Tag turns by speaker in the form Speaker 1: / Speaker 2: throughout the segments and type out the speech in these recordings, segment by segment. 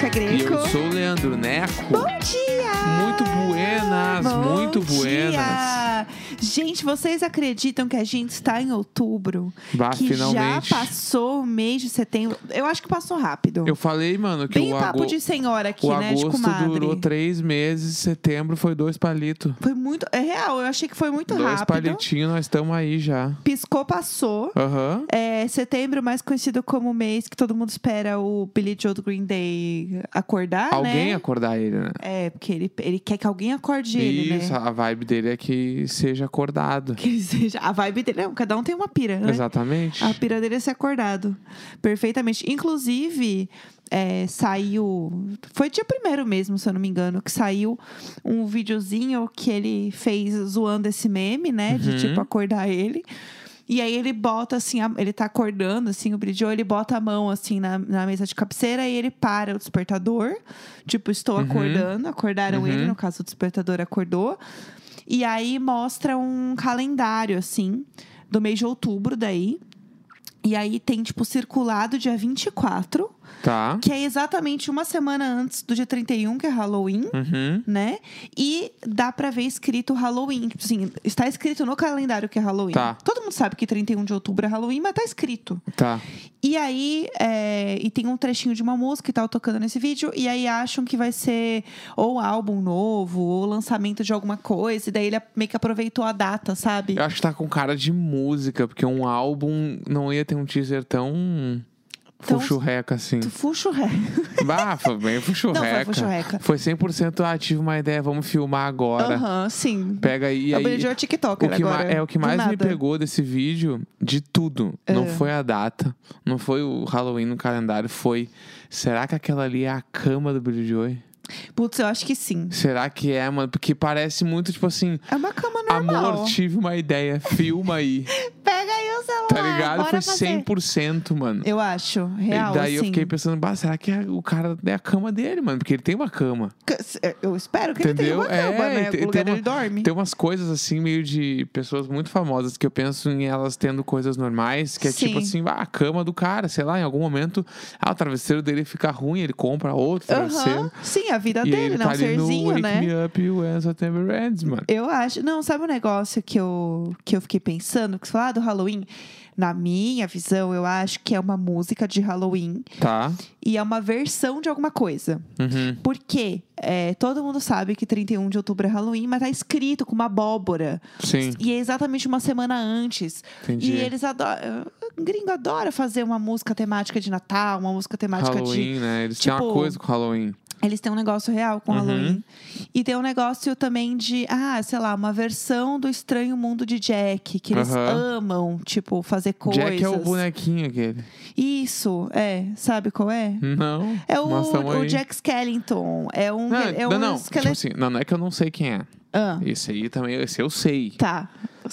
Speaker 1: é
Speaker 2: Leandro Neco.
Speaker 1: Bom dia!
Speaker 2: Muito buenas,
Speaker 1: Bom
Speaker 2: muito
Speaker 1: dia!
Speaker 2: buenas.
Speaker 1: Gente, vocês acreditam que a gente está em outubro?
Speaker 2: Bah,
Speaker 1: que
Speaker 2: Ah, finalmente.
Speaker 1: já passou o mês de setembro. Eu acho que passou rápido.
Speaker 2: Eu falei, mano, que
Speaker 1: Bem
Speaker 2: o,
Speaker 1: papo
Speaker 2: ago-
Speaker 1: de senhora aqui,
Speaker 2: o
Speaker 1: né? De
Speaker 2: agosto
Speaker 1: comadre.
Speaker 2: durou três meses, setembro foi dois palitos.
Speaker 1: Foi muito. É real, eu achei que foi muito
Speaker 2: dois
Speaker 1: rápido.
Speaker 2: palitinhos, nós estamos aí já.
Speaker 1: Piscou, passou.
Speaker 2: Aham.
Speaker 1: É, setembro, mais conhecido como o mês que todo mundo espera o Billy Joe do Green Day acordar,
Speaker 2: Alguém
Speaker 1: né?
Speaker 2: acordar ele, né?
Speaker 1: É, porque ele, ele quer que alguém acorde ele,
Speaker 2: Isso,
Speaker 1: né?
Speaker 2: a vibe dele é que seja acordado.
Speaker 1: Que ele seja. A vibe dele. Não, cada um tem uma pira, né?
Speaker 2: Exatamente.
Speaker 1: A pira dele é ser acordado. Perfeitamente. Inclusive, é, saiu. Foi dia primeiro mesmo, se eu não me engano, que saiu um videozinho que ele fez zoando esse meme, né? De
Speaker 2: Uhum.
Speaker 1: tipo acordar ele. E aí ele bota assim, a- ele tá acordando, assim, o Bridget, ele bota a mão assim na, na mesa de cabeceira e ele para o despertador. Tipo, estou acordando, acordaram ele,
Speaker 2: Uhum.
Speaker 1: no caso o despertador acordou. E aí mostra um calendário, assim, do mês de outubro daí. E aí tem, tipo, circulado dia 24,
Speaker 2: Tá.
Speaker 1: que é exatamente uma semana antes do dia 31, que é Halloween,
Speaker 2: Uhum.
Speaker 1: né? E dá pra ver escrito Halloween. Tipo assim, está escrito no calendário que é Halloween.
Speaker 2: Tá.
Speaker 1: Todo mundo sabe que 31 de outubro é Halloween, mas tá escrito.
Speaker 2: Tá.
Speaker 1: E aí, é, e tem um trechinho de uma música e tal tocando nesse vídeo, e aí acham que vai ser ou álbum novo, ou lançamento de alguma coisa, e daí ele a- meio que aproveitou a data, sabe?
Speaker 2: Eu acho que tá com cara de música, porque um álbum não ia ter um teaser tão.
Speaker 1: Tão-
Speaker 2: Fuxurreca, assim.
Speaker 1: Tu fuxo ré.
Speaker 2: Bah, foi bem
Speaker 1: Não, foi
Speaker 2: fuxurreca.
Speaker 1: fuxo reca.
Speaker 2: Foi 100% ah, tive uma ideia, vamos filmar agora.
Speaker 1: Aham, sim.
Speaker 2: Pega aí. e
Speaker 1: A
Speaker 2: aí
Speaker 1: Billie Joe é TikToker
Speaker 2: o que ma-
Speaker 1: agora.
Speaker 2: é o que
Speaker 1: do
Speaker 2: mais me
Speaker 1: nada. É.
Speaker 2: pegou desse vídeo, de tudo. Não foi a data, não foi o Halloween no calendário, foi. Será que aquela ali é a cama do Billy Joy?
Speaker 1: Putz, eu acho que sim.
Speaker 2: Será que é, mano? Porque parece muito tipo assim.
Speaker 1: É uma cama normal.
Speaker 2: Amor, tive uma ideia, filma aí.
Speaker 1: Pega aí o celular,
Speaker 2: Tá ligado?
Speaker 1: Ah, bora
Speaker 2: foi
Speaker 1: fazer.
Speaker 2: 100%, mano.
Speaker 1: Eu acho, real,
Speaker 2: e daí eu
Speaker 1: assim.
Speaker 2: fiquei pensando, bah, será que é- o cara é a cama dele, mano? Porque ele tem uma cama.
Speaker 1: é, Eu espero que
Speaker 2: Entendeu?
Speaker 1: ele tenha uma cama,
Speaker 2: É,
Speaker 1: né?
Speaker 2: tem-
Speaker 1: o lugar
Speaker 2: tem uma-
Speaker 1: ele dorme.
Speaker 2: Tem umas coisas assim, meio de pessoas muito famosas, que eu penso em elas tendo coisas normais, que é tipo
Speaker 1: Sim.
Speaker 2: assim, ah, a cama do cara, sei lá, em algum momento, ah, o travesseiro dele fica ruim, ele compra outro travesseiro.
Speaker 1: Aham. Sim, a vida
Speaker 2: um E
Speaker 1: dele,
Speaker 2: ele
Speaker 1: né?
Speaker 2: tá
Speaker 1: um
Speaker 2: ali no
Speaker 1: serzinho,
Speaker 2: Wake
Speaker 1: né?
Speaker 2: Me Up When September Ends, mano.
Speaker 1: Eu acho. Não, sabe um negócio que eu, que eu fiquei pensando? Que você falar do Halloween, na minha visão, eu acho que é uma música de Halloween
Speaker 2: Tá.
Speaker 1: e é uma versão de alguma coisa.
Speaker 2: Uhum.
Speaker 1: Porque é, todo mundo sabe que 31 de outubro é Halloween, mas tá escrito com uma abóbora.
Speaker 2: Sim,
Speaker 1: E é exatamente uma semana antes.
Speaker 2: entendi.
Speaker 1: E eles adoram. O gringo adora fazer uma música temática de Natal, uma música temática de
Speaker 2: Halloween, né? Eles têm uma
Speaker 1: tipo,
Speaker 2: coisa com Halloween.
Speaker 1: eles têm um negócio real com
Speaker 2: Uhum.
Speaker 1: Halloween. E tem um negócio também de, ah, sei lá, uma versão do Estranho Mundo de Jack, que eles
Speaker 2: Aham.
Speaker 1: amam, tipo, fazer coisas.
Speaker 2: Jack é o bonequinho aquele.
Speaker 1: Isso, é. Sabe qual é?
Speaker 2: Não.
Speaker 1: É o,
Speaker 2: nós tamo
Speaker 1: o
Speaker 2: aí.
Speaker 1: Jack Skellington. É um,
Speaker 2: Não,
Speaker 1: é
Speaker 2: não,
Speaker 1: um
Speaker 2: não. Tipo
Speaker 1: esqueleto.
Speaker 2: assim, não, não é que eu não sei quem é.
Speaker 1: Ah,
Speaker 2: Esse aí também, esse eu sei.
Speaker 1: tá.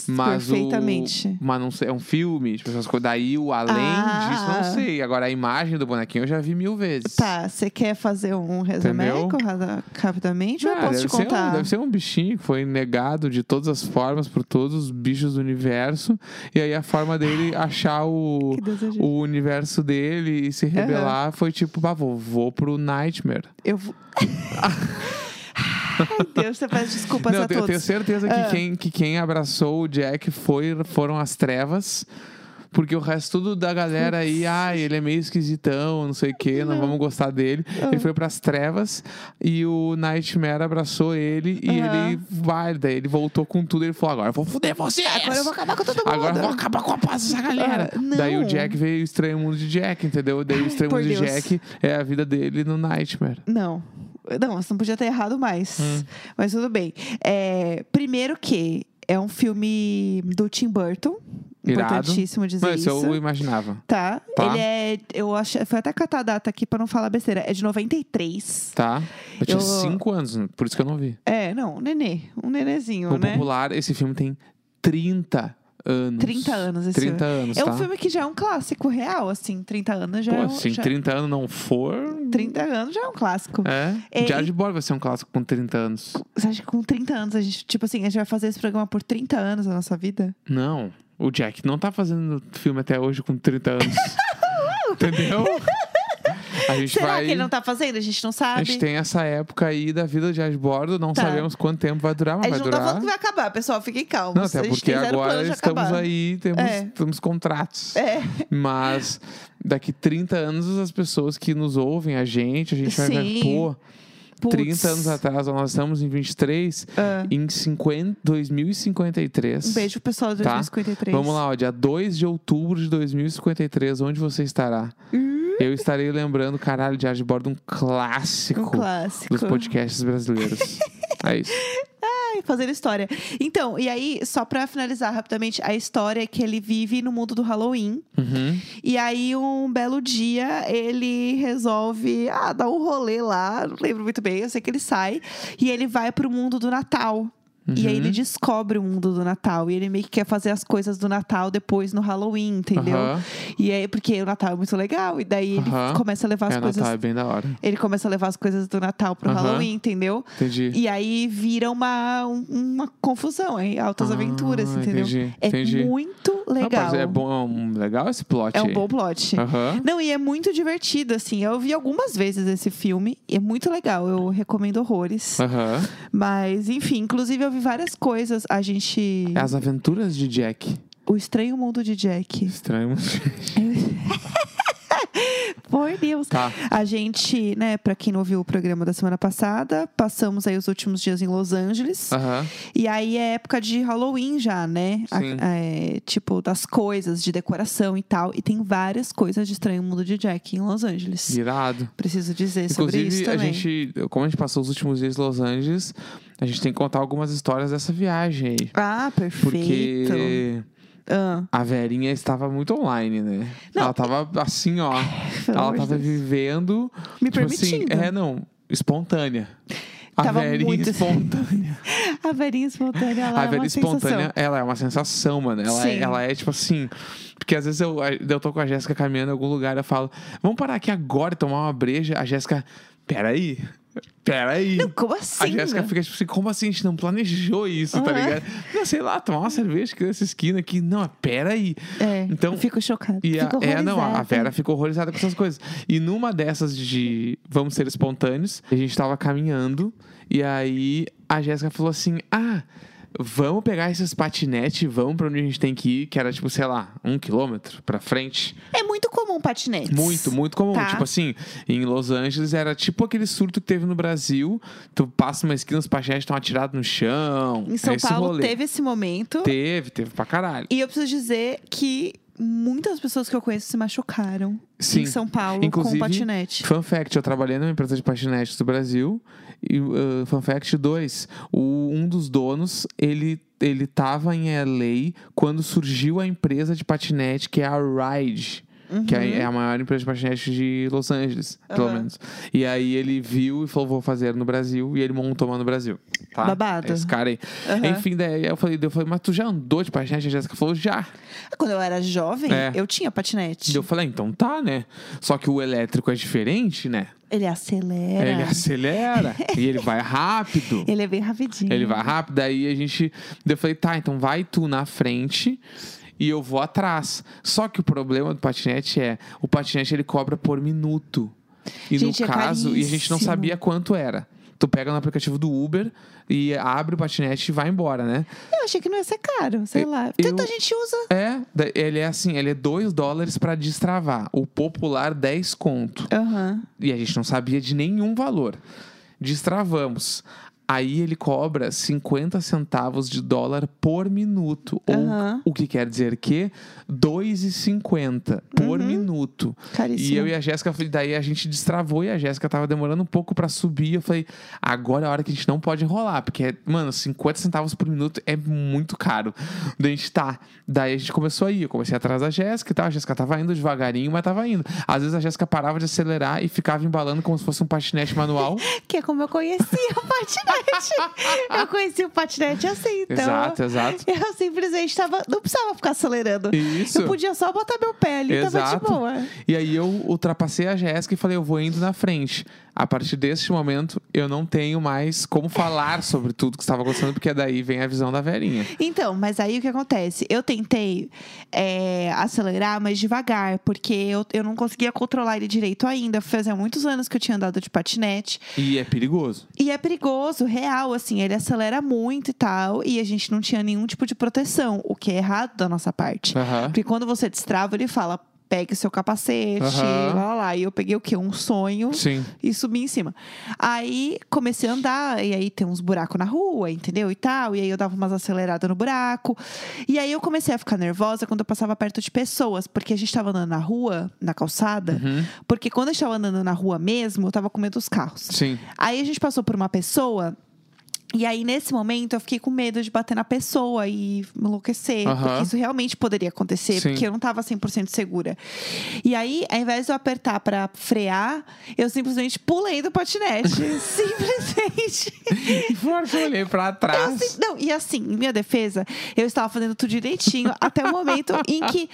Speaker 2: Mas
Speaker 1: Perfeitamente.
Speaker 2: O, mas não sei, é um filme, tipo, essas coisas. Daí o além
Speaker 1: Ah.
Speaker 2: disso, não sei. Agora a imagem do bonequinho eu já vi mil vezes.
Speaker 1: Tá, você quer fazer um resumé
Speaker 2: Entendeu?
Speaker 1: com- rapidamente? ou
Speaker 2: Ah,
Speaker 1: eu posso
Speaker 2: deve,
Speaker 1: te
Speaker 2: ser um,
Speaker 1: contar?
Speaker 2: deve ser um bichinho que foi negado de todas as formas por todos os bichos do universo. E aí a forma dele achar o,
Speaker 1: Que desejo.
Speaker 2: o universo dele e se rebelar foi tipo, pá, vou, vou pro Nightmare.
Speaker 1: Eu vou. Ai, Deus, você faz desculpas
Speaker 2: Não,
Speaker 1: a
Speaker 2: eu tenho-
Speaker 1: todos.
Speaker 2: eu tenho certeza que,
Speaker 1: Ah.
Speaker 2: quem, que quem abraçou o Jack foi, foram as trevas. Porque o resto tudo da galera aí, ah, ele é meio esquisitão, não sei o quê, não, vamos gostar dele.
Speaker 1: Ah.
Speaker 2: Ele foi pras trevas e o Nightmare abraçou ele e
Speaker 1: Aham.
Speaker 2: ele vai, daí ele voltou com tudo. Ele falou: agora eu vou fuder vocês!
Speaker 1: Agora eu vou acabar com todo mundo.
Speaker 2: Agora eu vou acabar com a paz dessa galera.
Speaker 1: Ah, não.
Speaker 2: Daí o Jack veio o estranho mundo de Jack, entendeu? Daí o estranho
Speaker 1: Por
Speaker 2: mundo de
Speaker 1: Deus.
Speaker 2: Jack é a vida dele no Nightmare.
Speaker 1: Não. Não, você não podia ter errado mais.
Speaker 2: Hum.
Speaker 1: Mas tudo bem. É, primeiro que é um filme do Tim Burton.
Speaker 2: Irado.
Speaker 1: Importantíssimo dizer
Speaker 2: Mas
Speaker 1: é isso.
Speaker 2: eu imaginava.
Speaker 1: Tá.
Speaker 2: Tá.
Speaker 1: Ele é. Eu acho. Foi até catar a data aqui pra não falar besteira. É de 93.
Speaker 2: Tá. Eu tinha
Speaker 1: Eu-
Speaker 2: 5 anos, por isso que eu não vi.
Speaker 1: É, não, um nenê. Um nenezinho,
Speaker 2: No
Speaker 1: né?
Speaker 2: popular, esse filme tem 30 anos.
Speaker 1: 30 anos esse
Speaker 2: 30 anos,
Speaker 1: É
Speaker 2: tá?
Speaker 1: um filme que já é um clássico real, assim. 30 anos já
Speaker 2: Pô, assim,
Speaker 1: é um.
Speaker 2: se em
Speaker 1: já-
Speaker 2: 30 anos não for.
Speaker 1: 30 anos já é um clássico.
Speaker 2: É.
Speaker 1: É,
Speaker 2: Diário de Bordo vai ser um clássico com 30 anos.
Speaker 1: Você acha que com 30 anos a gente, tipo assim, a gente vai fazer esse programa por 30 anos da nossa vida?
Speaker 2: Não. O Jack não tá fazendo filme até hoje com 30 anos. Entendeu? A gente
Speaker 1: Será
Speaker 2: vai.
Speaker 1: que ele não tá fazendo? A gente não sabe.
Speaker 2: A gente tem essa época aí da vida de asbordo, não
Speaker 1: Tá.
Speaker 2: sabemos quanto tempo vai durar, mas
Speaker 1: A gente
Speaker 2: vai
Speaker 1: não tá
Speaker 2: durar.
Speaker 1: falando que vai acabar, pessoal. Fiquem calmos.
Speaker 2: Não,
Speaker 1: a
Speaker 2: até
Speaker 1: gente
Speaker 2: porque
Speaker 1: tem zero
Speaker 2: agora
Speaker 1: plano de
Speaker 2: estamos
Speaker 1: acabar.
Speaker 2: aí, temos,
Speaker 1: É.
Speaker 2: temos contratos.
Speaker 1: É,
Speaker 2: Mas daqui 30 anos, as pessoas que nos ouvem, a gente, a gente vai
Speaker 1: Sim.
Speaker 2: ver, pô,
Speaker 1: putz.
Speaker 2: 30 anos atrás, nós estamos em 23,
Speaker 1: Ah,
Speaker 2: em 50, 2053.
Speaker 1: um beijo pro pessoal de
Speaker 2: Tá.
Speaker 1: 2053.
Speaker 2: Vamos lá, ó, dia 2 de outubro de 2053, onde você estará?
Speaker 1: Hum.
Speaker 2: Eu estarei lembrando, caralho, Diário de Bordo, um clássico,
Speaker 1: Um clássico.
Speaker 2: dos podcasts brasileiros. é isso.
Speaker 1: Ai, fazendo história. Então, e aí, só pra finalizar rapidamente, a história é que ele vive no mundo do Halloween.
Speaker 2: Uhum.
Speaker 1: E aí, um belo dia, ele resolve ah, dar um rolê lá. Não lembro muito bem, eu sei que ele sai. E ele vai pro mundo do Natal. E
Speaker 2: uhum.
Speaker 1: aí ele descobre o mundo do Natal. E ele meio que quer fazer as coisas do Natal depois no Halloween, entendeu?
Speaker 2: Aham.
Speaker 1: E aí, porque o Natal é muito legal. E daí ele
Speaker 2: Aham.
Speaker 1: começa a levar as
Speaker 2: É,
Speaker 1: coisas.
Speaker 2: Natal é bem da hora.
Speaker 1: Ele começa a levar as coisas do Natal pro
Speaker 2: Aham.
Speaker 1: Halloween, entendeu?
Speaker 2: Entendi.
Speaker 1: E aí vira uma, um- uma confusão, hein? Altas aventuras,
Speaker 2: Ah,
Speaker 1: entendeu?
Speaker 2: Entendi,
Speaker 1: É
Speaker 2: entendi.
Speaker 1: muito
Speaker 2: Rapaz,
Speaker 1: legal.
Speaker 2: é bom, é um- legal esse plot
Speaker 1: É um
Speaker 2: aí.
Speaker 1: bom plot.
Speaker 2: Aham.
Speaker 1: Não, e é muito divertido, assim. Eu vi algumas vezes esse filme e é muito legal. Eu recomendo horrores.
Speaker 2: Aham.
Speaker 1: Mas, enfim, inclusive eu vi várias coisas. A gente.
Speaker 2: É As aventuras de Jack.
Speaker 1: O Estranho Mundo de Jack.
Speaker 2: Estranho.
Speaker 1: Por Deus.
Speaker 2: tá.
Speaker 1: A gente, né, pra quem não ouviu o programa da semana passada, passamos aí os últimos dias em Los Angeles.
Speaker 2: Aham.
Speaker 1: E aí é época de Halloween já, né? A-
Speaker 2: Sim.
Speaker 1: é, tipo, das coisas, de decoração e tal. E tem várias coisas de Estranho Mundo de Jack em Los Angeles.
Speaker 2: Irado.
Speaker 1: Preciso dizer É sobre isso
Speaker 2: Inclusive, a
Speaker 1: também.
Speaker 2: gente, como a gente passou os últimos dias em Los Angeles, a gente tem que contar algumas histórias dessa viagem aí.
Speaker 1: Ah,
Speaker 2: Porque
Speaker 1: perfeito. Ah,
Speaker 2: a Verinha estava muito online, né?
Speaker 1: Não,
Speaker 2: ela tava assim, ó.
Speaker 1: pelo
Speaker 2: ela
Speaker 1: amor de
Speaker 2: tava
Speaker 1: Deus.
Speaker 2: vivendo.
Speaker 1: Me
Speaker 2: tipo assim,
Speaker 1: permitindo.
Speaker 2: é, não, espontânea. A
Speaker 1: Tava
Speaker 2: Verinha
Speaker 1: muito- assim.
Speaker 2: espontânea.
Speaker 1: A velhinha espontânea, ela
Speaker 2: a
Speaker 1: é
Speaker 2: Verinha
Speaker 1: uma
Speaker 2: espontânea,
Speaker 1: sensação.
Speaker 2: ela é uma sensação, mano. Ela, é,
Speaker 1: Sim.
Speaker 2: ela é tipo assim. Porque às vezes eu, eu tô com a Jéssica caminhando em algum lugar, eu falo, vamos parar aqui agora e tomar uma breja. A Jéssica, peraí. Peraí.
Speaker 1: Não, como
Speaker 2: A
Speaker 1: assim?
Speaker 2: Jéssica fica tipo assim, como assim? A gente não planejou isso, tá
Speaker 1: Aham.
Speaker 2: ligado? Não, sei lá, tomar uma cerveja aqui nessa esquina aqui. Não, peraí.
Speaker 1: É,
Speaker 2: Então-
Speaker 1: eu fico chocada.
Speaker 2: E a,
Speaker 1: fico
Speaker 2: é, não, a a
Speaker 1: horrorizada.
Speaker 2: Vera ficou horrorizada com essas coisas. E numa dessas de vamos ser espontâneos, a gente tava caminhando e aí a Jéssica falou assim: ah. Vamos pegar esses patinetes e vamos pra onde a gente tem que ir, que era tipo, sei lá, um quilômetro pra frente.
Speaker 1: É muito comum patinetes.
Speaker 2: Muito, muito comum.
Speaker 1: Tá.
Speaker 2: Tipo assim, em Los Angeles era tipo aquele surto que teve no Brasil. Tu passa uma esquina, os pachetes estão atirados no chão. é
Speaker 1: Em São
Speaker 2: esse
Speaker 1: Paulo
Speaker 2: rolê.
Speaker 1: teve um esse momento.
Speaker 2: Teve, teve pra caralho.
Speaker 1: E eu preciso dizer que muitas pessoas que eu conheço se machucaram
Speaker 2: Sim.
Speaker 1: em São Paulo
Speaker 2: Inclusive,
Speaker 1: com patinete.
Speaker 2: Fun fact, eu trabalhei numa empresa de patinetes do Brasil. E, uh, fun fact 2, o- um dos donos, ele, ele tava em LA quando surgiu a empresa de patinete, que é a Ride. Que é é a maior empresa de patinete de Los Angeles, pelo
Speaker 1: Uhum. Aham.
Speaker 2: menos. E aí ele viu e falou, vou fazer no Brasil. E ele montou uma no Brasil. Tá?
Speaker 1: Babado.
Speaker 2: Esse cara aí.
Speaker 1: Aham.
Speaker 2: Enfim, daí eu falei, eu falei, mas tu já andou de patinete? A Jéssica falou, já.
Speaker 1: Quando eu era jovem,
Speaker 2: É.
Speaker 1: eu tinha patinete.
Speaker 2: E eu falei, ah, então tá, né? Só que o elétrico é diferente, né?
Speaker 1: Ele acelera.
Speaker 2: Ele acelera e ele vai rápido.
Speaker 1: Ele é bem rapidinho.
Speaker 2: Ele vai rápido, aí a gente. daí Eu falei, tá, então vai tu na frente e eu vou atrás. Só que o problema do patinete é: o patinete ele cobra por minuto. E
Speaker 1: Gente,
Speaker 2: no
Speaker 1: é
Speaker 2: caso, e a gente não
Speaker 1: caríssimo.
Speaker 2: sabia quanto era. Tu pega no aplicativo do Uber e abre o patinete e vai embora, né?
Speaker 1: Eu achei que não ia ser caro, sei lá.
Speaker 2: eu-
Speaker 1: Tanta gente usa.
Speaker 2: É, da- ele é assim, ele é 2 dólares pra destravar. O popular 10 conto.
Speaker 1: Aham.
Speaker 2: E a gente não sabia de nenhum valor. Destravamos. Aí ele cobra 50 centavos de dólar por minuto. Ou
Speaker 1: Aham.
Speaker 2: o que quer dizer que 2,50 por minuto.
Speaker 1: Caríssimo.
Speaker 2: E eu e a Jéssica, falei, daí a gente destravou e a Jéssica tava demorando um pouco pra subir. Eu falei, agora é a hora que a gente não pode enrolar, porque, é- mano, 50 centavos por minuto é muito caro. Daí a gente tá. Daí a gente começou a ir. Eu comecei atrás da Jéssica e tal. A Jéssica tava indo devagarinho, mas tava indo. Às vezes a Jéssica parava de acelerar e ficava embalando como se fosse um patinete manual.
Speaker 1: Que é como eu é conhecia o patinete. patinete. Eu conheci o patinete assim, então.
Speaker 2: Exato, exato.
Speaker 1: Eu simplesmente tava. Não precisava ficar acelerando.
Speaker 2: Isso.
Speaker 1: Eu podia só botar meu pé ali, tava de
Speaker 2: Exato.
Speaker 1: boa.
Speaker 2: E aí eu ultrapassei a Jéssica e falei, eu vou indo na frente. A partir deste momento, eu não tenho mais como falar sobre tudo que estava acontecendo, porque daí vem a visão da velhinha.
Speaker 1: Então, mas aí o que acontece? Eu tentei é, acelerar, mas devagar, porque eu, eu não conseguia controlar ele direito ainda. Fazia muitos anos que eu tinha andado de patinete.
Speaker 2: E é perigoso.
Speaker 1: E é perigoso, real, assim, ele acelera muito e tal. E a gente não tinha nenhum tipo de proteção, o que é errado da nossa parte.
Speaker 2: Aham.
Speaker 1: Porque quando você destrava, ele fala, pegue seu capacete, lá,
Speaker 2: Aham.
Speaker 1: lá, lá. E eu peguei o quê? Um sonho
Speaker 2: Sim.
Speaker 1: e subi em cima. Aí comecei a andar, e aí tem uns buracos na rua, entendeu? E tal. E aí eu dava umas aceleradas no buraco. E aí eu comecei a ficar nervosa quando eu passava perto de pessoas, porque a gente tava andando na rua, na calçada,
Speaker 2: Uhum.
Speaker 1: porque quando a gente tava andando na rua mesmo, eu tava com medo dos carros.
Speaker 2: Sim.
Speaker 1: Aí a gente passou por uma pessoa. E aí, nesse momento, eu fiquei com medo de bater na pessoa e enlouquecer.
Speaker 2: Aham.
Speaker 1: Porque isso realmente poderia acontecer,
Speaker 2: Sim.
Speaker 1: porque eu não tava 100% segura. E aí, ao invés de eu apertar pra frear, eu simplesmente pulei do patinete. simplesmente.
Speaker 2: E foi a hora que eu olhei pra trás.
Speaker 1: Assim, não, e assim, em minha defesa, eu estava fazendo tudo direitinho até o momento em que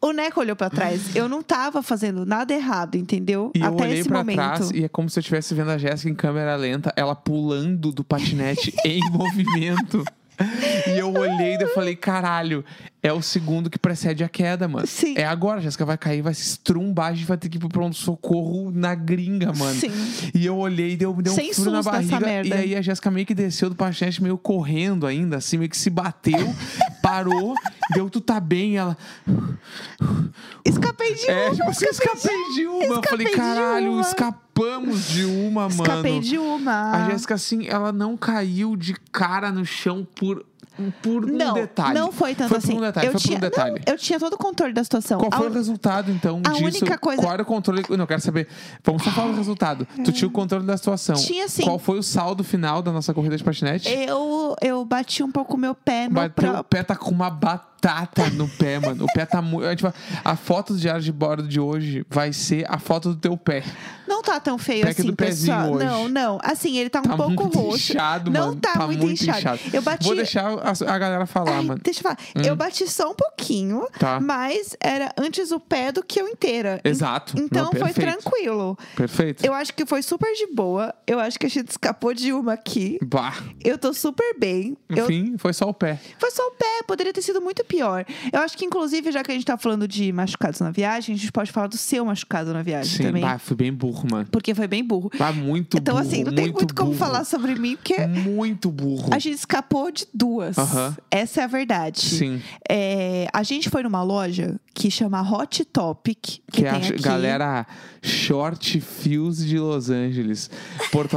Speaker 1: o Neco olhou pra trás. Eu não tava fazendo nada errado, entendeu?
Speaker 2: E eu
Speaker 1: até
Speaker 2: olhei
Speaker 1: esse
Speaker 2: pra
Speaker 1: momento.
Speaker 2: trás e é como se eu estivesse vendo a Jéssica em câmera lenta, ela pulando do patinete em movimento. E eu olhei e daí eu falei, caralho, é o segundo que precede a queda, mano.
Speaker 1: Sim.
Speaker 2: É agora, a Jéssica vai cair, vai se estrumbar, a gente vai ter que ir pro pronto-socorro na gringa, mano.
Speaker 1: Sim.
Speaker 2: E eu olhei e deu, deu um
Speaker 1: Sem
Speaker 2: frio na
Speaker 1: susto essa
Speaker 2: barriga.
Speaker 1: merda.
Speaker 2: E aí a Jéssica meio que desceu do patinete, meio correndo ainda, assim, meio que se bateu, parou, deu tu tá bem, ela.
Speaker 1: Escapei de
Speaker 2: É,
Speaker 1: um,
Speaker 2: tipo assim, escapei de uma. Eu
Speaker 1: Escapei
Speaker 2: falei,
Speaker 1: de
Speaker 2: caralho,
Speaker 1: uma."
Speaker 2: escapamos de uma, mano.
Speaker 1: Escapei de uma.
Speaker 2: A Jéssica, assim, ela não caiu de cara no chão por, por um
Speaker 1: não,
Speaker 2: detalhe.
Speaker 1: Não foi tanto
Speaker 2: foi
Speaker 1: assim.
Speaker 2: Por um detalhe,
Speaker 1: eu
Speaker 2: foi
Speaker 1: tinha,
Speaker 2: por um detalhe.
Speaker 1: não, eu tinha todo o controle da situação.
Speaker 2: Qual foi
Speaker 1: A-
Speaker 2: o resultado, então,
Speaker 1: a
Speaker 2: disso?
Speaker 1: única coisa- É.
Speaker 2: Qual era o controle? Eu não quero saber. Vamos só falar do resultado. Tu tinha o controle da situação.
Speaker 1: Tinha, sim.
Speaker 2: Qual foi o saldo final da nossa corrida de patinete?
Speaker 1: eu, eu bati um pouco meu pé no
Speaker 2: Bateu, o
Speaker 1: próprio.
Speaker 2: pé tá com uma batata no pé, mano. O pé tá muito. A foto do diário de bordo de hoje vai ser a foto do teu pé.
Speaker 1: Não tá tão feio
Speaker 2: Pé que
Speaker 1: assim,
Speaker 2: do pezinho
Speaker 1: pessoal.
Speaker 2: hoje.
Speaker 1: Não, não. Assim, ele tá um
Speaker 2: Tá
Speaker 1: pouco
Speaker 2: muito
Speaker 1: roxo.
Speaker 2: inchado,
Speaker 1: não
Speaker 2: mano.
Speaker 1: tá, muito, inchado. Eu bati. É,
Speaker 2: Vou deixar a, a galera falar,
Speaker 1: Ai,
Speaker 2: mano. Hum.
Speaker 1: deixa eu falar. Eu bati só um pouquinho,
Speaker 2: Tá.
Speaker 1: mas era antes o pé do que eu inteira.
Speaker 2: Exato.
Speaker 1: Então
Speaker 2: Não,
Speaker 1: foi
Speaker 2: perfeito.
Speaker 1: tranquilo.
Speaker 2: Perfeito.
Speaker 1: Eu acho que foi super de boa. Eu acho que a gente escapou de uma aqui.
Speaker 2: Bah.
Speaker 1: Eu tô super bem. Eu
Speaker 2: Enfim, foi só o pé.
Speaker 1: Foi só o pé, poderia ter sido muito pior. Eu acho que, inclusive, já que a gente tá falando de machucados na viagem, a gente pode falar do seu machucado na viagem
Speaker 2: Sim,
Speaker 1: também.
Speaker 2: bah, fui bem burro, mano.
Speaker 1: Porque foi bem burro.
Speaker 2: Bah, muito
Speaker 1: então,
Speaker 2: burro.
Speaker 1: assim, não tem muito como
Speaker 2: burro.
Speaker 1: falar sobre mim, porque
Speaker 2: Muito burro.
Speaker 1: a gente escapou de duas.
Speaker 2: Aham.
Speaker 1: Essa é a verdade.
Speaker 2: Sim.
Speaker 1: É, a gente foi numa loja que chama Hot Topic. Que,
Speaker 2: Que é
Speaker 1: tem
Speaker 2: a
Speaker 1: aqui.
Speaker 2: galera Short Fios de Los Angeles. Porto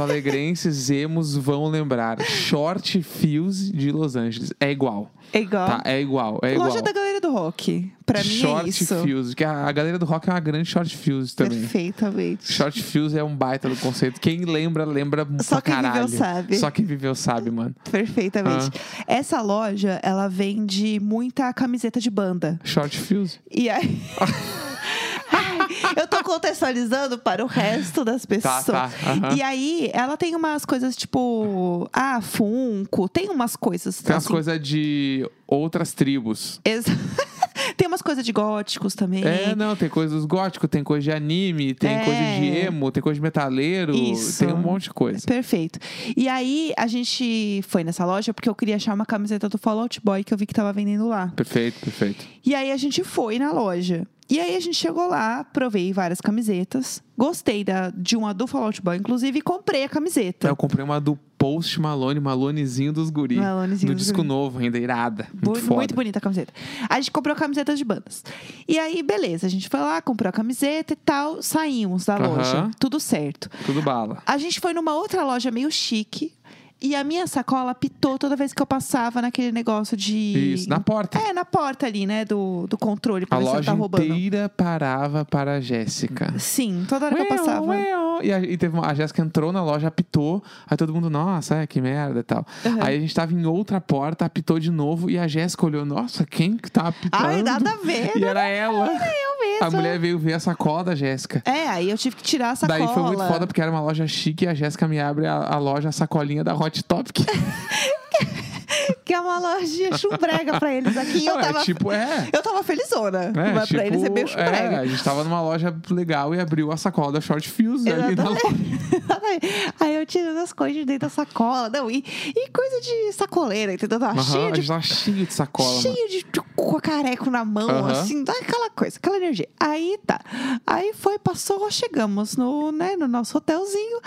Speaker 2: Alegrenses, emos vão lembrar. Short Fios de Los Angeles. É igual.
Speaker 1: É igual.
Speaker 2: Tá? É igual. É igual.
Speaker 1: Loja da galera do rock. Pra mim
Speaker 2: short
Speaker 1: é isso.
Speaker 2: Fuse, que a, a galera do rock é uma grande short fuse também.
Speaker 1: Perfeitamente.
Speaker 2: Short fuse é um baita do conceito. Quem lembra, lembra
Speaker 1: Só
Speaker 2: pra
Speaker 1: quem viveu
Speaker 2: caralho.
Speaker 1: sabe.
Speaker 2: Só quem viveu sabe, mano.
Speaker 1: Perfeitamente.
Speaker 2: Ah.
Speaker 1: Essa loja, ela vende muita camiseta de banda.
Speaker 2: Short fuse.
Speaker 1: E aí. Ai, Eu tô contextualizando para o resto das
Speaker 2: Tá,
Speaker 1: pessoas.
Speaker 2: tá. aham.
Speaker 1: E aí, ela tem umas coisas tipo. Ah, Funko. Tem umas coisas.
Speaker 2: Tem umas
Speaker 1: assim,
Speaker 2: coisas de outras tribos.
Speaker 1: ex- tem umas coisas de góticos também.
Speaker 2: É, não, tem coisa dos góticos, tem coisa de anime, tem
Speaker 1: É.
Speaker 2: coisa de emo, tem coisa de metaleiro,
Speaker 1: Isso.
Speaker 2: tem um monte de coisa.
Speaker 1: É Perfeito. E aí, a gente foi nessa loja porque eu queria achar uma camiseta do Fallout Boy que eu vi que tava vendendo lá.
Speaker 2: Perfeito, perfeito.
Speaker 1: E aí a gente foi na loja. E aí a gente chegou lá, provei várias camisetas. Gostei da, de uma do Fallout Boy, inclusive, e comprei a camiseta.
Speaker 2: Eu comprei uma do Post Malone, Malonezinho dos Guri.
Speaker 1: Malonezinho
Speaker 2: no
Speaker 1: dos
Speaker 2: disco
Speaker 1: Guri.
Speaker 2: novo ainda, irada. Muito
Speaker 1: Bu-
Speaker 2: foda.
Speaker 1: Muito bonita a camiseta. A gente comprou camisetas de bandas. E aí, beleza, a gente foi lá, comprou a camiseta e tal, saímos da
Speaker 2: Aham.
Speaker 1: loja. Tudo certo.
Speaker 2: Tudo bala.
Speaker 1: A gente foi numa outra loja meio chique. E a minha sacola pitou toda vez que eu passava naquele negócio de.
Speaker 2: Isso, na porta.
Speaker 1: É, na porta ali, né? Do, do controle, pra
Speaker 2: A
Speaker 1: ver se ela
Speaker 2: loja
Speaker 1: tá roubando.
Speaker 2: inteira parava para a Jéssica.
Speaker 1: Sim, toda hora que eu
Speaker 2: Ué,
Speaker 1: passava.
Speaker 2: ué, ó. E, a, e teve uma, a Jéssica entrou na loja, apitou. Aí todo mundo, nossa, é, que merda e tal.
Speaker 1: Aham.
Speaker 2: Aí a gente tava em outra porta, apitou de novo. E a Jéssica olhou, nossa, quem que tá apitando?
Speaker 1: Ai, nada a ver.
Speaker 2: E era ela.
Speaker 1: Era eu mesmo.
Speaker 2: A mulher veio ver a sacola da Jéssica.
Speaker 1: É, aí eu tive que tirar a sacola.
Speaker 2: Daí foi muito foda porque era uma loja chique e a Jéssica me abre a, a loja, a sacolinha da Hot Topic.
Speaker 1: Que é uma lojinha chumbrega pra eles aqui. E eu
Speaker 2: Não,
Speaker 1: tava,
Speaker 2: é tipo, é.
Speaker 1: eu tava felizona.
Speaker 2: É,
Speaker 1: mas
Speaker 2: tipo,
Speaker 1: pra eles é meio
Speaker 2: é,
Speaker 1: chumbrega.
Speaker 2: a gente tava numa loja legal e abriu a sacola da Short Fuse ali na loja.
Speaker 1: Exatamente. Aí eu tirando as coisas de dentro da sacola. Não, e, e coisa de sacoleira, entendeu? Tava Tá
Speaker 2: Aham,
Speaker 1: cheio
Speaker 2: a
Speaker 1: de
Speaker 2: gente tava cheio de sacola, mano.
Speaker 1: cheio de cu- careco na mão,
Speaker 2: Aham.
Speaker 1: assim, dá aquela coisa, aquela energia. Aí tá. Aí foi, passou, chegamos no, né, no nosso hotelzinho,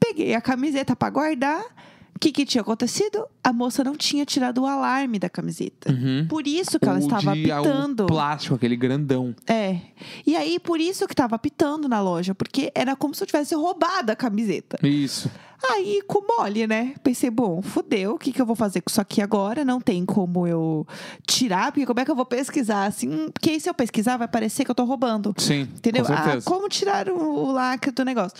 Speaker 1: peguei a camiseta pra guardar. O que, que tinha acontecido? A moça não tinha tirado o alarme da camiseta.
Speaker 2: Uhum.
Speaker 1: Por isso que ela
Speaker 2: O
Speaker 1: estava
Speaker 2: de- ah,
Speaker 1: apitando.
Speaker 2: O plástico, aquele grandão.
Speaker 1: É. E aí, por isso que estava apitando na loja, porque era como se eu tivesse roubado a camiseta.
Speaker 2: Isso.
Speaker 1: Aí, com mole, né? Pensei, bom, fudeu, o que, que eu vou fazer com isso aqui agora? Não tem como eu tirar, porque como é que eu vou pesquisar? Assim, Hum, porque aí se eu pesquisar, vai parecer que eu tô roubando.
Speaker 2: Sim.
Speaker 1: Entendeu?
Speaker 2: Com
Speaker 1: ah,
Speaker 2: certeza.
Speaker 1: como tirar o, o lacre do negócio?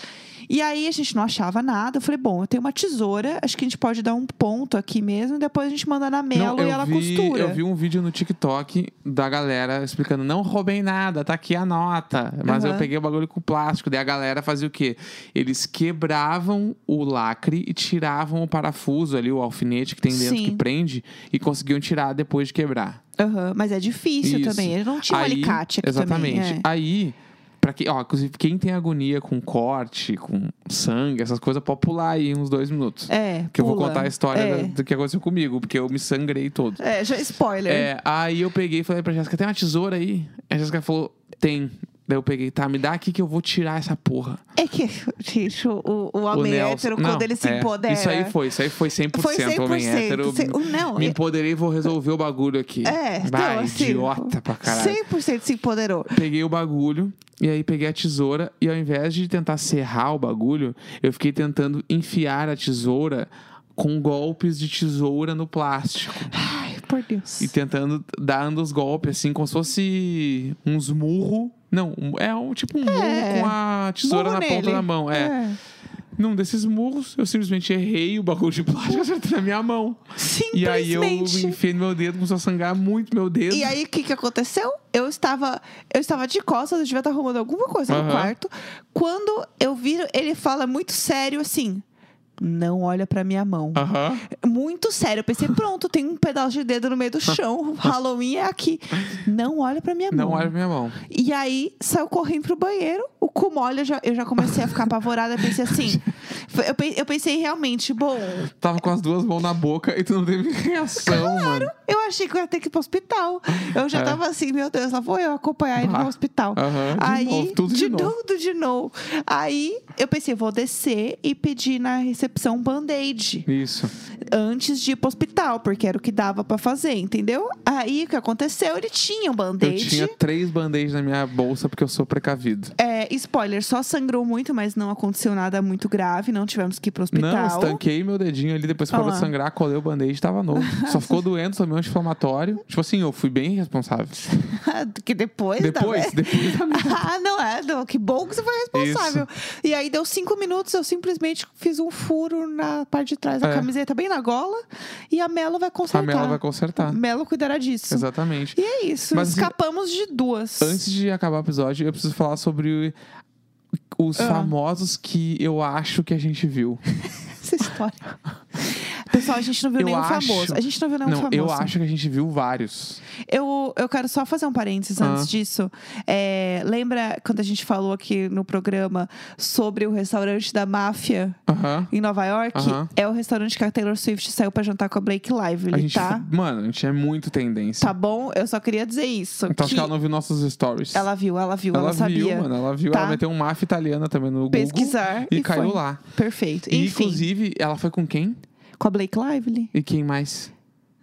Speaker 1: E aí a gente não achava nada. Eu falei, bom, eu tenho uma tesoura, acho que a gente pode dar um ponto aqui mesmo, depois a gente manda na Melo
Speaker 2: eu
Speaker 1: e ela
Speaker 2: vi,
Speaker 1: costura.
Speaker 2: Eu vi um vídeo no TikTok da galera explicando: não roubei nada, tá aqui a nota. Mas eu
Speaker 1: Aham.
Speaker 2: peguei o bagulho com plástico. Daí a galera fazia o quê? Eles quebravam o lacre e tiravam o parafuso ali, o alfinete que tem dentro
Speaker 1: Sim.
Speaker 2: que prende, e conseguiam tirar depois de quebrar.
Speaker 1: Aham, Mas é difícil
Speaker 2: Isso.
Speaker 1: também. Ele não tinha um
Speaker 2: Aí-
Speaker 1: alicate aqui
Speaker 2: Exatamente.
Speaker 1: também. é.
Speaker 2: Aí, pra quem, ó, inclusive, quem tem agonia com corte, com sangue, essas coisas, pode pular aí uns dois minutos.
Speaker 1: É,
Speaker 2: Que eu vou
Speaker 1: pula.
Speaker 2: contar a história
Speaker 1: É.
Speaker 2: da- do que aconteceu comigo, porque eu me sangrei todo.
Speaker 1: É, já spoiler.
Speaker 2: É, aí eu peguei e falei pra Jéssica, tem uma tesoura aí? A Jéssica falou, tem. Daí eu peguei, tá, me dá aqui que eu vou tirar essa porra.
Speaker 1: É que, gente, o, o
Speaker 2: o
Speaker 1: homem
Speaker 2: Nelson.
Speaker 1: hétero,
Speaker 2: Não,
Speaker 1: quando ele se
Speaker 2: é,
Speaker 1: empodera.
Speaker 2: Isso aí foi, isso aí foi 100%,
Speaker 1: Foi 100%.
Speaker 2: homem hétero.
Speaker 1: se- o- não,
Speaker 2: Me empoderei e vou resolver o bagulho aqui.
Speaker 1: É,
Speaker 2: Vai,
Speaker 1: não, assim,
Speaker 2: idiota pra caralho.
Speaker 1: 100% se empoderou.
Speaker 2: Peguei o bagulho e aí peguei a tesoura e ao invés de tentar serrar o bagulho, eu fiquei tentando enfiar a tesoura com golpes de tesoura no plástico.
Speaker 1: Ai, por Deus.
Speaker 2: E tentando dar uns golpes, assim, como se fosse uns murro. Não, um- é um tipo um murro
Speaker 1: É.
Speaker 2: com a tesoura
Speaker 1: Murro
Speaker 2: na ponta
Speaker 1: nele.
Speaker 2: da mão. É. Num desses murros, eu simplesmente errei o bagulho de plástico acertei na minha mão.
Speaker 1: Simplesmente.
Speaker 2: E aí eu enfiei no meu dedo, começou a sangrar muito meu dedo.
Speaker 1: E aí, o que, que aconteceu? Eu estava, eu estava de costas, eu devia estar arrumando alguma coisa
Speaker 2: Aham.
Speaker 1: no quarto. Quando eu viro, ele fala muito sério assim: Não olha pra minha mão.
Speaker 2: Aham.
Speaker 1: Muito sério. Eu pensei: Pronto, tem um pedaço de dedo no meio do chão. Halloween é aqui. Não olha pra minha
Speaker 2: Não
Speaker 1: mão.
Speaker 2: olha pra minha mão.
Speaker 1: E aí saiu correndo pro banheiro, o cu mole, eu já, eu já comecei a ficar apavorada. Eu pensei assim. foi- Eu, pe- eu pensei realmente, bom,
Speaker 2: Tava com as duas mãos na boca e tu não teve reação, mano.
Speaker 1: eu achei que eu ia ter que ir pro hospital. Eu já
Speaker 2: É.
Speaker 1: tava assim, meu Deus, lá vou eu acompanhar ele
Speaker 2: Ah.
Speaker 1: no hospital.
Speaker 2: Aham, de
Speaker 1: aí,
Speaker 2: novo, tudo de novo.
Speaker 1: tudo de novo. Aí eu pensei, vou descer e pedir na recepção um band-aid.
Speaker 2: Isso.
Speaker 1: antes de ir pro hospital, porque era o que dava pra fazer, entendeu? Aí o que aconteceu? Ele tinha um
Speaker 2: Eu
Speaker 1: band-aid.
Speaker 2: tinha três band-aids na minha bolsa porque eu sou precavido.
Speaker 1: É, spoiler, só sangrou muito, mas não aconteceu nada muito grave, não tivemos que ir pro hospital.
Speaker 2: Não, estanquei meu dedinho ali, depois
Speaker 1: Olha
Speaker 2: parou
Speaker 1: lá.
Speaker 2: de sangrar, colei o band-aid, tava novo. Só ficou doendo, tomei um anti-inflamatório. Tipo assim, eu fui bem responsável.
Speaker 1: que depois,
Speaker 2: Depois,
Speaker 1: da...
Speaker 2: depois da
Speaker 1: Ah, não é, não, que bom que você foi responsável. E aí deu cinco minutos, eu simplesmente fiz um furo na parte de trás da
Speaker 2: É.
Speaker 1: camiseta, bem na gola, e a Melo vai
Speaker 2: A
Speaker 1: consertar.
Speaker 2: Mela vai consertar.
Speaker 1: Melo cuidará disso.
Speaker 2: Exatamente.
Speaker 1: E é isso,
Speaker 2: Mas, assim,
Speaker 1: escapamos de duas.
Speaker 2: Antes de acabar o episódio, eu preciso falar sobre os
Speaker 1: Ah.
Speaker 2: famosos que eu acho que a gente viu.
Speaker 1: Essa história. Pessoal, a gente não viu
Speaker 2: Eu
Speaker 1: nenhum
Speaker 2: acho-
Speaker 1: famoso. A gente não viu nenhum
Speaker 2: Não,
Speaker 1: famoso. né?
Speaker 2: eu acho que a gente viu vários.
Speaker 1: Eu, eu quero só fazer um parênteses
Speaker 2: Ah.
Speaker 1: antes disso. É, lembra quando a gente falou aqui no programa sobre o restaurante da máfia
Speaker 2: Aham.
Speaker 1: em Nova York?
Speaker 2: Aham.
Speaker 1: É o restaurante que a Taylor Swift saiu pra jantar com a Blake
Speaker 2: A
Speaker 1: Lively,
Speaker 2: gente,
Speaker 1: tá?
Speaker 2: Mano, a gente é muito tendência.
Speaker 1: Tá bom? Eu só queria dizer isso. Tá,
Speaker 2: Então acho
Speaker 1: que
Speaker 2: que ela não viu nossos stories.
Speaker 1: ela viu, ela viu, ela,
Speaker 2: Ela
Speaker 1: sabia.
Speaker 2: viu, mano. Ela viu.
Speaker 1: Tá.
Speaker 2: Ela meteu um mafia italiana também no Google.
Speaker 1: Pesquisar.
Speaker 2: E, caiu
Speaker 1: foi.
Speaker 2: lá.
Speaker 1: Perfeito.
Speaker 2: E,
Speaker 1: Enfim,
Speaker 2: inclusive, ela foi com quem?
Speaker 1: com a Blake Lively?
Speaker 2: E quem mais?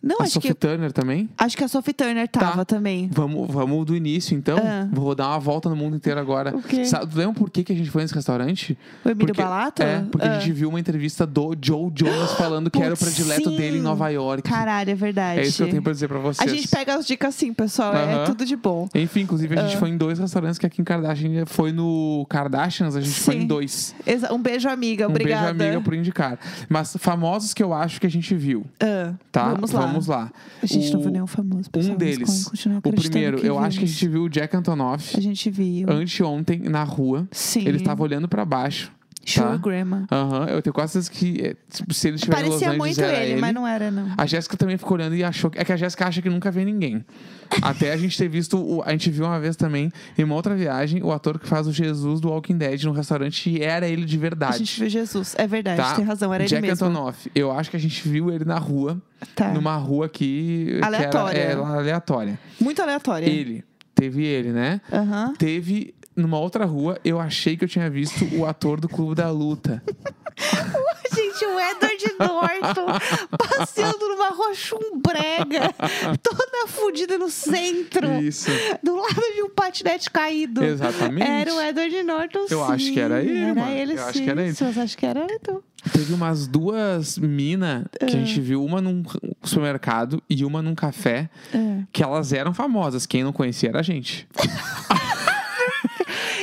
Speaker 1: Não,
Speaker 2: a
Speaker 1: acho
Speaker 2: Sophie
Speaker 1: que.
Speaker 2: Turner também?
Speaker 1: Acho que a Sophie Turner
Speaker 2: Tá.
Speaker 1: tava também.
Speaker 2: Vamos, vamos do início, então.
Speaker 1: Ah.
Speaker 2: Vou dar uma volta no mundo inteiro agora.
Speaker 1: O quê?
Speaker 2: Sabe, tu lembra por que, que a gente foi nesse restaurante?
Speaker 1: O Emílio
Speaker 2: Porque-
Speaker 1: Balata?
Speaker 2: É, porque a
Speaker 1: Ah.
Speaker 2: gente viu uma entrevista do Joe Jonas falando que era o
Speaker 1: Putz,
Speaker 2: predileto
Speaker 1: sim.
Speaker 2: dele em Nova York.
Speaker 1: Caralho, é verdade.
Speaker 2: é isso que eu tenho pra dizer pra
Speaker 1: A
Speaker 2: vocês.
Speaker 1: gente pega as dicas assim, pessoal. é- É
Speaker 2: Aham.
Speaker 1: tudo de bom.
Speaker 2: Enfim, inclusive, a
Speaker 1: Ah.
Speaker 2: gente foi em dois restaurantes que aqui em Kardashian foi no Kardashians, a gente foi em
Speaker 1: Sim.
Speaker 2: dois.
Speaker 1: Exa- um beijo, amiga.
Speaker 2: Um
Speaker 1: Obrigada.
Speaker 2: beijo, amiga, por indicar. Mas famosos que eu acho que a gente viu.
Speaker 1: Ah,
Speaker 2: Tá,
Speaker 1: Vamos lá.
Speaker 2: vamos lá.
Speaker 1: A gente não
Speaker 2: O-
Speaker 1: viu nenhum famoso. pessoal, mas
Speaker 2: Um deles.
Speaker 1: con- continua
Speaker 2: O
Speaker 1: acreditando
Speaker 2: primeiro, eu acho que a
Speaker 1: vimos.
Speaker 2: gente viu o Jack Antonoff
Speaker 1: A gente viu.
Speaker 2: anteontem na rua.
Speaker 1: Sim.
Speaker 2: Ele estava olhando pra baixo.
Speaker 1: Show
Speaker 2: tá?
Speaker 1: Grandma.
Speaker 2: Aham, eu tenho quase certeza que é, tipo, se ele estiver em Los
Speaker 1: Parecia
Speaker 2: Angeles,
Speaker 1: muito
Speaker 2: era
Speaker 1: ele, mas não era, não.
Speaker 2: A Jéssica também ficou olhando e achou. que- É que a Jéssica acha que nunca vê ninguém. Até a gente ter visto. o- A gente viu uma vez também, em uma outra viagem, o ator que faz o Jesus do Walking Dead no restaurante e era ele de
Speaker 1: A
Speaker 2: verdade.
Speaker 1: gente viu Jesus. É verdade,
Speaker 2: Ah, tá?
Speaker 1: tem razão, era
Speaker 2: Jack
Speaker 1: ele mesmo.
Speaker 2: Antonoff. Eu acho que a gente viu ele na rua,
Speaker 1: Tá.
Speaker 2: numa rua que.
Speaker 1: Aleatória.
Speaker 2: Que era, é, lá aleatória.
Speaker 1: Muito aleatória.
Speaker 2: Ele. Teve ele, né?
Speaker 1: Aham.
Speaker 2: Teve. Numa outra rua, eu achei que eu tinha visto o ator do Clube da Luta.
Speaker 1: Gente, o Edward Norton passeando numa rua chumbrega, toda fodida no centro,
Speaker 2: Isso.
Speaker 1: do lado de um patinete caído.
Speaker 2: Exatamente.
Speaker 1: Era o Edward Norton,
Speaker 2: Eu
Speaker 1: sim.
Speaker 2: acho que era ele,
Speaker 1: Era
Speaker 2: mano.
Speaker 1: ele,
Speaker 2: Eu acho
Speaker 1: sim.
Speaker 2: que era ele.
Speaker 1: Vocês acham que era ele, então?
Speaker 2: Teve umas duas minas que a gente viu, uma num supermercado e uma num café,
Speaker 1: É.
Speaker 2: que elas eram famosas. Quem não conhecia era a gente.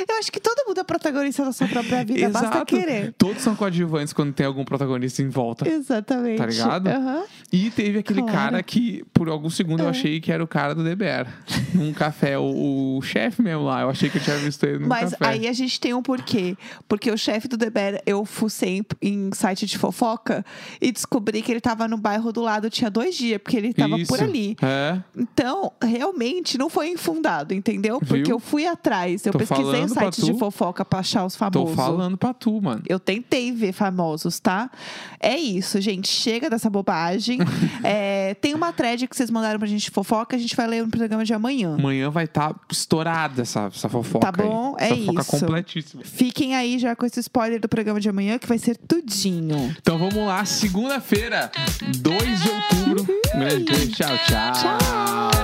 Speaker 1: Eu acho que todo mundo é protagonista da sua própria vida, basta querer.
Speaker 2: Todos são coadjuvantes quando tem algum protagonista em volta.
Speaker 1: Exatamente.
Speaker 2: Tá ligado?
Speaker 1: Aham.
Speaker 2: E teve aquele
Speaker 1: Claro.
Speaker 2: cara que, por algum segundo, eu
Speaker 1: É.
Speaker 2: achei que era o cara do DBR. Num café, o, o chefe mesmo lá. Eu achei que eu tinha visto ele num
Speaker 1: Mas
Speaker 2: café.
Speaker 1: aí a gente tem um porquê. Porque o chefe do Deber, eu fucei em, em site de fofoca e descobri que ele tava no bairro do lado, tinha dois dias, porque ele tava por
Speaker 2: Isso.
Speaker 1: ali.
Speaker 2: É.
Speaker 1: Então, realmente, não foi infundado, entendeu? Porque
Speaker 2: Viu?
Speaker 1: eu fui atrás, eu
Speaker 2: Tô
Speaker 1: pesquisei em
Speaker 2: falando pra
Speaker 1: sites de
Speaker 2: tu.
Speaker 1: fofoca pra achar os
Speaker 2: Tô
Speaker 1: famosos.
Speaker 2: falando pra tu, mano.
Speaker 1: Eu tentei ver famosos, tá? É isso, gente. Chega dessa bobagem. É, tem uma thread que vocês mandaram pra gente de fofoca, a gente vai ler no programa de amanhã.
Speaker 2: Amanhã vai estar estourada essa, essa
Speaker 1: Tá
Speaker 2: fofoca.
Speaker 1: bom,
Speaker 2: aí.
Speaker 1: é
Speaker 2: Essa fofoca
Speaker 1: isso.
Speaker 2: completíssima.
Speaker 1: Fiquem aí já com esse spoiler do programa de amanhã, que vai ser tudinho.
Speaker 2: Então vamos lá, segunda-feira, 2 de outubro. Um grande beijo, tchau, tchau.
Speaker 1: Tchau!